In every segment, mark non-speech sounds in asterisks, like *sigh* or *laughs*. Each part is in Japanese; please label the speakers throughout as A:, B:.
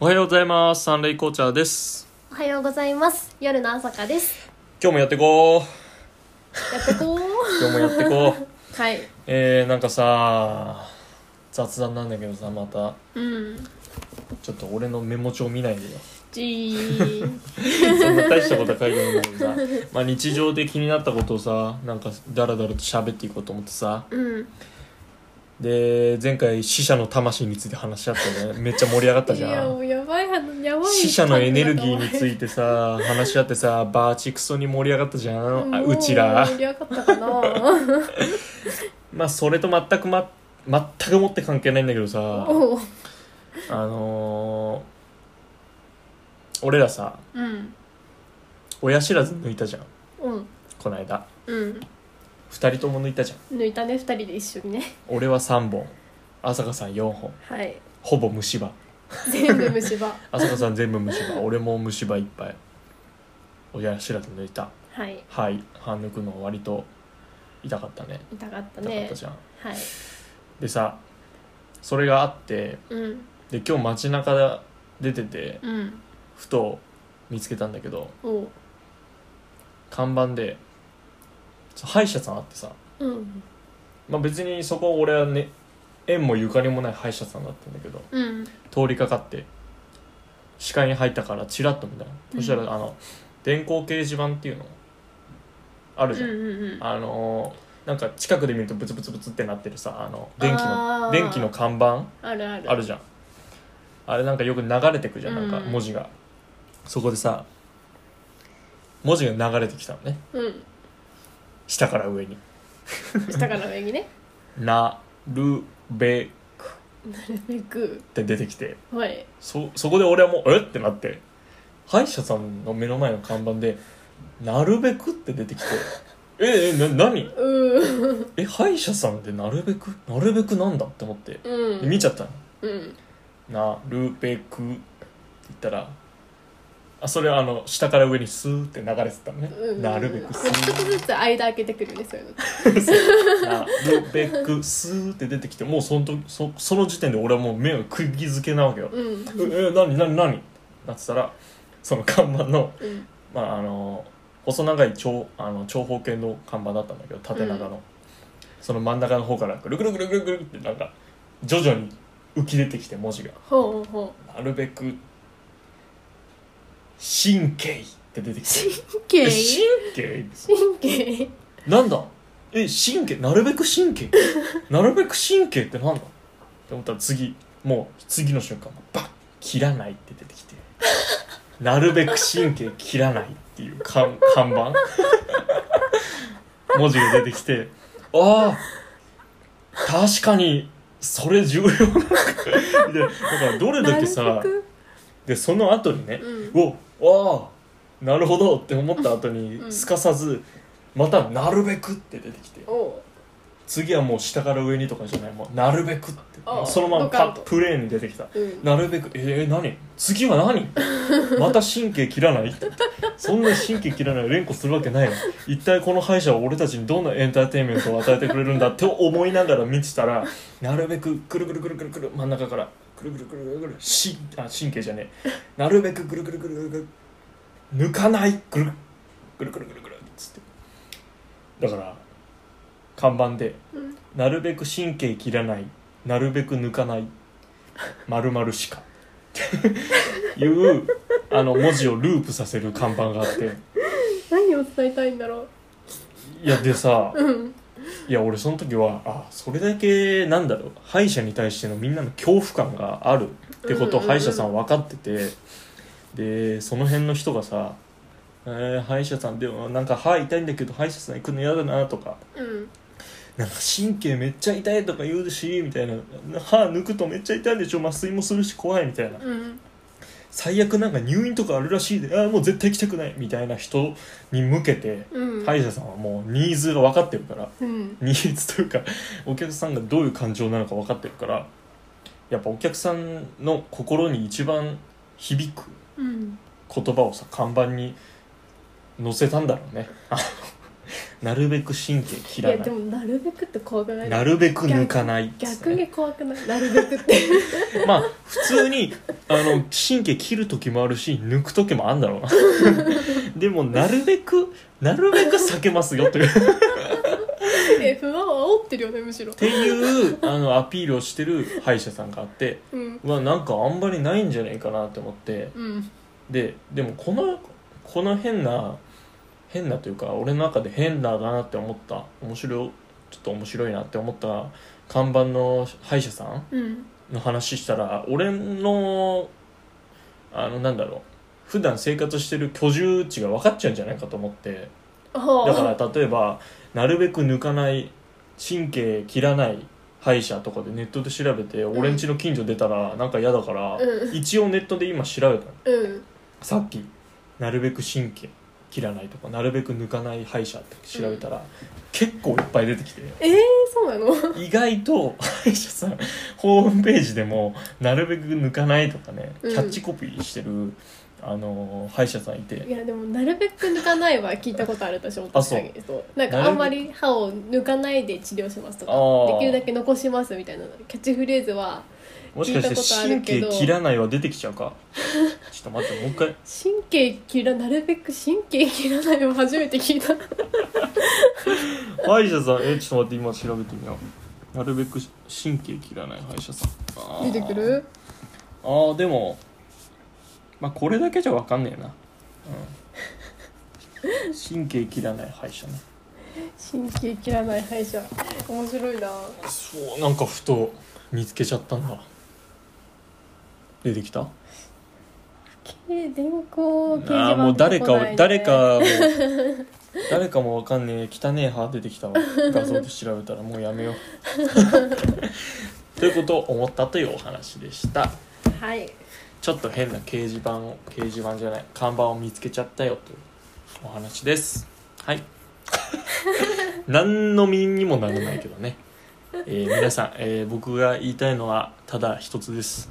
A: おはようございます。三類紅茶です。
B: おはようございます。夜の朝香です。
A: 今日もやってこう。
B: やってこう。
A: 今日もやってこ *laughs* う。
B: はい。
A: えー、なんかさ、雑談なんだけどさ、また、
B: うん。
A: ちょっと俺のメモ帳見ないでよ。
B: じー。
A: そんな大したことは書いてないんだけどさ、まあ日常で気になったことをさ、なんかダラダラと喋っていこうと思ってさ、
B: うん。
A: で、前回死者の魂について話し合ったね。めっちゃ盛り上がった
B: い
A: じ
B: や
A: ゃ
B: も
A: ん。
B: うやばい話やばい。
A: 死者のエネルギーにつ
B: て。
A: いてさ、話し合ってさ、バーチクソに盛り上がったじゃん。あ
B: も
A: うちら。
B: 盛り上がったかな。
A: まあそれと全くま全くもって関係ないんだけどさ
B: *laughs* おう。
A: あのー、俺らさ
B: うん。
A: 親知らず抜いたじゃん
B: うん。
A: この間
B: うん。
A: 2人とも抜いたじゃん
B: 抜いたね二人で一緒にね。
A: 俺は3本朝香さん4本
B: はい。
A: ほぼ虫歯
B: 全部虫歯。
A: 朝香さん全部虫歯俺も虫歯いっぱい親知らず抜いた
B: *laughs* はい。
A: はい歯抜くの割と痛かったね
B: 痛かった
A: 痛かっ
B: ね
A: た。じゃん、
B: はい。
A: でさそれがあって
B: うん。
A: で今日街中出てて
B: うん。
A: ふと見つけたんだけど
B: おう。
A: 看板でそう歯医者さんあってさ、
B: うん。
A: まあ、別にそこ俺はね縁もゆかりもない歯医者さんだったんだけど
B: うん。
A: 通りかかって視界に入ったからチラッと見たの、そしたらあの電光掲示板っていうのある
B: うん
A: じゃん、
B: うん
A: あのーなんか近くで見るとブツブツブツってなってるさあの電気
B: あ
A: の
B: ー
A: 電気の看板
B: あるある
A: あるじゃんあれなんかよく流れてくじゃんなんか
B: うん
A: 文字が、そこでさ文字が流れてきたのね
B: うん
A: 下から上に
B: 下から上に *laughs* ね
A: なるべく
B: めく
A: って出てきて
B: はい
A: そそこで俺はもうえってなって歯医者さんの目の前の看板で「なるべく」って出てき
B: *laughs*
A: て「ええな何
B: うん
A: え歯医者さんでなるべくなるべくなんだ?」って思って
B: う
A: で
B: ん
A: 見ちゃったの
B: うん
A: 「なるべく」って言ったらあそれはあの下から上にスーって流れてたのね
B: う
A: 「
B: ん
A: なるべくス
B: ちょっと
A: ー
B: ずつ間開けてくるねそういうのって」
A: なるべくスーって出てきてもうその時そその時点で俺はもう目が釘付けなわけよ
B: うん
A: ええ何何何なってたらその看板の,、
B: うん
A: まあ、あの細長い長あの長方形の看板だったんだけど縦長の、その真ん中の方からぐるぐるぐるぐるぐるってなんか徐々に浮き出てきて文字が
B: ほうほ
A: なるべく「神経」って出てきて
B: う神
A: 「え
B: 経神
A: 神経」
B: 経
A: なんだえ神経なるべく神
B: *laughs*
A: 経なるべく神経ってなんだって思ったら次もう次の瞬間バッ切らないって出てきてなるべく神経切らないっていう看看
B: *laughs*
A: 板文字が出てきてああ確かにそれ重要な *laughs* のかでだからどれだけ
B: な
A: さ
B: る
A: でその後にね、
B: べく
A: うおああなるほどって思った後に、
B: うん
A: すかさずまた「なるべく」って出てきて
B: うんおう
A: 次はもう下から上にとかじゃないもう「なるべく」って
B: ああ
A: そのまま
B: ド
A: パ
B: カン
A: ッ
B: と
A: プレーンに出てきた
B: うん
A: なるべくえー、何次は何また神経切らないってそんな神経切らない連呼するわけないの一体この歯医者は俺たちにどんなエンターテインメントを与えてくれるんだって思いながら見てたらなるべくくるくるくるくるくる真ん中からくるくるくるくるくるしあ神経じゃねえなるべくくるくるくるくるくる抜かないくるくるくるくるくるっつってだから看板で
B: うん
A: なるべく神経切らないなるべく抜かないまるまるしかいうあの文字をループさせる看板があって
B: 何を伝えたいんだろ
A: いやでさ
B: ううん
A: いや俺その時はあそれだけなんだろう歯医者に対してのみんなの恐怖感があるってことを
B: うんうんう
A: 歯
B: ん
A: 医者さん分かってて、でその辺の人がさ「えー歯医者さんでもなんか歯痛いんだけど歯医者さん行くの嫌だな」とか
B: うん
A: なんか神経めっちゃ痛いとか言うしみたいな歯抜くとめっちゃ痛いんでしょ麻酔もするし怖いみたいな
B: うん
A: 最悪なんか入院とかあるらしいであーもう絶対来たくないみたいな人に向けて
B: うん
A: 歯医者さんはもうニーズが分かってるから *laughs*
B: うん
A: ニーズというかお客さんがどういう感情なのか分かってるからやっぱお客さんの心に一番響く
B: うん
A: 言葉をさ看板に載せたんだろうねあのなるべく神経切ら
B: いや
A: な
B: で
A: い
B: もなるべくって怖くない
A: なるべく抜かないっつって
B: 逆
A: ね
B: に怖くないなるべくって *laughs*
A: まあ普通にあの神経切る時もあるし抜く時もあるんだろうなでもなるべくなるべく避けますよというっ
B: え不安を煽ってるよねむしろ
A: ていうあのアピールをしてる歯医者さんがあって
B: うん
A: うわなんかあんまりないんじゃないかなって思って
B: うん
A: ででもこのこの変な変なというか俺の中で変だなって思った面白いちょっと面白いなって思った看板の歯医者さん
B: うん
A: の話したら俺のあのなんだろう普段生活してる居住地が分かっちゃうんじゃないかと思って
B: あ
A: だ
B: あ
A: から例えばなるべく抜かない神経切らない歯医者とかでネットで調べて
B: ん
A: 俺ん家の近所出たらなんか嫌だから、
B: うん
A: 一応ネットで今調べたの
B: うん
A: さっきなるべく神経切らないとかなるべく抜かない歯医者って調べたら、結構いっぱい出てきて
B: えー、そうなの
A: 意外と *laughs* 歯医者さんホームページでもなるべく抜かないとかねキ
B: うん
A: ャッチコピーしてる、あのー歯医者さんいて
B: いやでもなるべく抜かないは聞いたことある私も
A: あ
B: 確
A: そ
B: か
A: う
B: にそうなんかあんまり歯を抜かないで治療しますとか
A: あー
B: できるだけ残しますみたいなキャッチフレーズは
A: もしか
B: 聞いたこと
A: し
B: あ
A: て
B: る
A: 神
B: け
A: 経
B: ど
A: 切らないは出てきちゃうか *laughs* ちょっと待ってもう一回
B: 神経切らなるべく神経切らないを初めて聞いた
A: 歯医者さんえちょっと待って今調べてみようなるべく神経切らない歯医者さんあー
B: 出てくる
A: あーでもまあこれだけじゃ分かんねえな、
B: *laughs*
A: うん、神経切らない歯医者ね
B: 神経切らない歯医者面白いな
A: そうなんかふと見つけちゃったんだ出てきた
B: け電光掲示板
A: ああもう誰かを
B: 出てこないね
A: 誰かも誰かもわかんねえ汚ねえ歯出てきた
B: *laughs*
A: わ画像で調べたらもうやめようということを思ったというお話でした
B: はい
A: ちょっと変な掲示板を掲示板じゃない看板を見つけちゃったよというお話ですはい
B: *laughs*
A: 何の身にもならないけどね、えー皆さん、えー僕が言いたいのはただ一つです、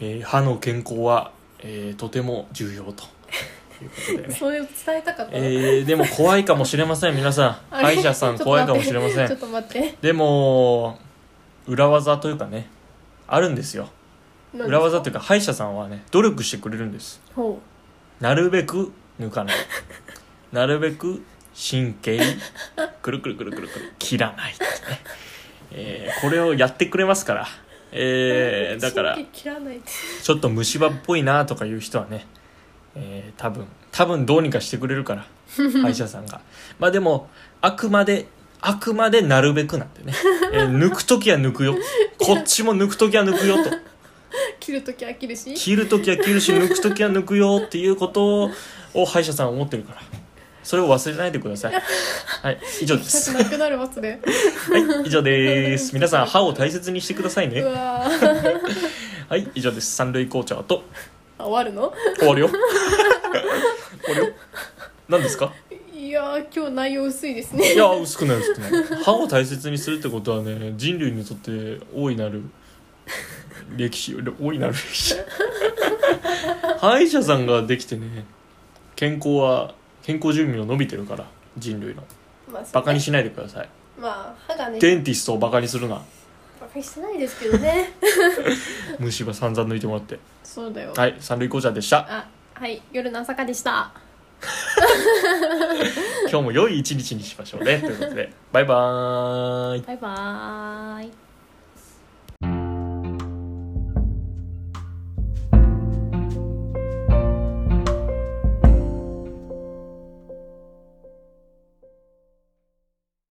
A: えー歯の健康は、えーとても重要ということでね
B: それを伝えたかったの、
A: えーでも怖いかもしれません皆さん
B: あれ
A: 歯医者さん
B: ちょっと待
A: 怖
B: って
A: いかもしれませ
B: ちょ
A: ん
B: っと待って
A: でも裏技というかねあるんですよ
B: 何
A: 裏技というか歯医者さんはね努力してくれるんです
B: ほ
A: なるべく抜かないなるべく神経くるくるくるくるくる切らないってね、えーこれをやってくれますから、え
B: *laughs*
A: ーだから
B: 神経切らないって
A: ちょっと虫歯っぽいなとかいう人はね、えー多分多分どうにかしてくれるから歯医者さんがまあでもあくまであくまでなるべくなんでね、えー抜く時は抜くよこっちも抜く時は抜くよと
B: 切るときは切るし
A: 切る時は切るし抜く時は抜くよっていうことを歯医者さんは思ってるからそれを忘れないでくださいはい以上で
B: した
A: す
B: くなくなるわ
A: *laughs*
B: それ
A: はい以上です皆さん歯を大切にしてくださいうね
B: わー
A: はい以上です三類紅茶と
B: あ終わるの
A: 終わるよ終わるよ何ですか
B: いやー今日内容薄いですね
A: いや薄くない薄くない歯を大切にするってことはね人類にとって大いなる歴史大いなる歴史歯医者さんができてね健康は健康寿命伸びてるから人類の
B: まあそう
A: バカにしないでください
B: まあ歯がね
A: デンティストをバカにするな
B: バカにしてないですけどね
A: 虫歯散々抜いてもらって
B: そうだよ
A: はい三類紅茶でした
B: あはい夜の朝かでした
A: 今日も良い一日にしましょうねということでバイバーイ
B: バイバーイ